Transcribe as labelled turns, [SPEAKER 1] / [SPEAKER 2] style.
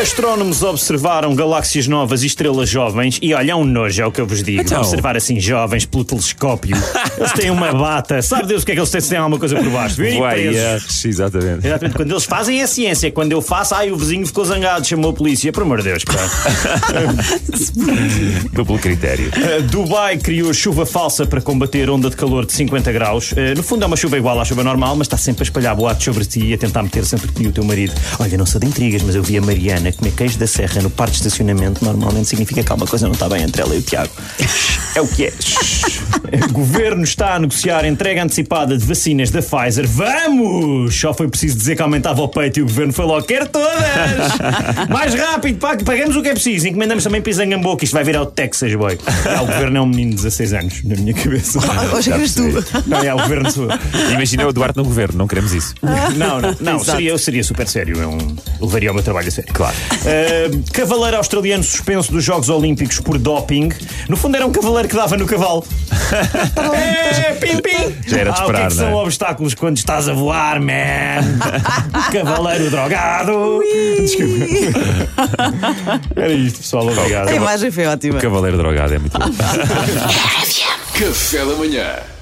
[SPEAKER 1] Astrónomos observaram galáxias novas e estrelas jovens e olha, é um nojo, é o que eu vos digo.
[SPEAKER 2] Então.
[SPEAKER 1] Observar assim jovens pelo telescópio. eles têm uma bata, sabe Deus o que é que eles têm se têm alguma coisa por baixo. Virem presos.
[SPEAKER 2] é. ah, exatamente.
[SPEAKER 1] Exatamente, quando eles fazem é ciência, quando eu faço, ai o vizinho ficou zangado, chamou a polícia, por amor de Deus, pá.
[SPEAKER 2] Duplo critério.
[SPEAKER 1] Uh, Dubai criou chuva falsa para combater onda de calor de 50 graus. Uh, no fundo é uma chuva igual à chuva normal, mas está sempre a espalhar boatos sobre ti e a tentar meter sempre ti e o teu marido. Olha, não sou de intrigas, mas eu vi a Mariana comer queijo da serra no parque de estacionamento. Normalmente significa que alguma coisa não está bem entre ela e o Tiago. É o que é. O governo está a negociar entrega antecipada de vacinas da Pfizer. Vamos! Só foi preciso dizer que aumentava o peito e o governo foi logo, quer todas! Mais rápido, pá, que pagamos o que é preciso. Encomendamos também pisangambou, que isto vai vir ao Texas, boy. Ah, o governo é um menino de 16 anos, na minha cabeça.
[SPEAKER 3] Hoje eras tu. Ah.
[SPEAKER 1] Não, é o governo sou.
[SPEAKER 2] Imagina o Duarte no governo, não queremos isso.
[SPEAKER 1] Não, não, não seria, eu seria super sério. É um Eu levaria o meu trabalho a sério. Claro. cavaleiro australiano suspenso dos Jogos Olímpicos por doping. No fundo, era um cavaleiro que dava no cavalo. é, pim, pim.
[SPEAKER 2] Já era de
[SPEAKER 1] ah, o que é
[SPEAKER 2] esperar,
[SPEAKER 1] que
[SPEAKER 2] não é?
[SPEAKER 1] são obstáculos quando estás a voar, man? cavaleiro drogado. Era isto, pessoal.
[SPEAKER 2] É
[SPEAKER 1] Obrigado.
[SPEAKER 3] A imagem foi ótima.
[SPEAKER 2] Cavaleiro drogado é muito bom.
[SPEAKER 4] Café da Manhã.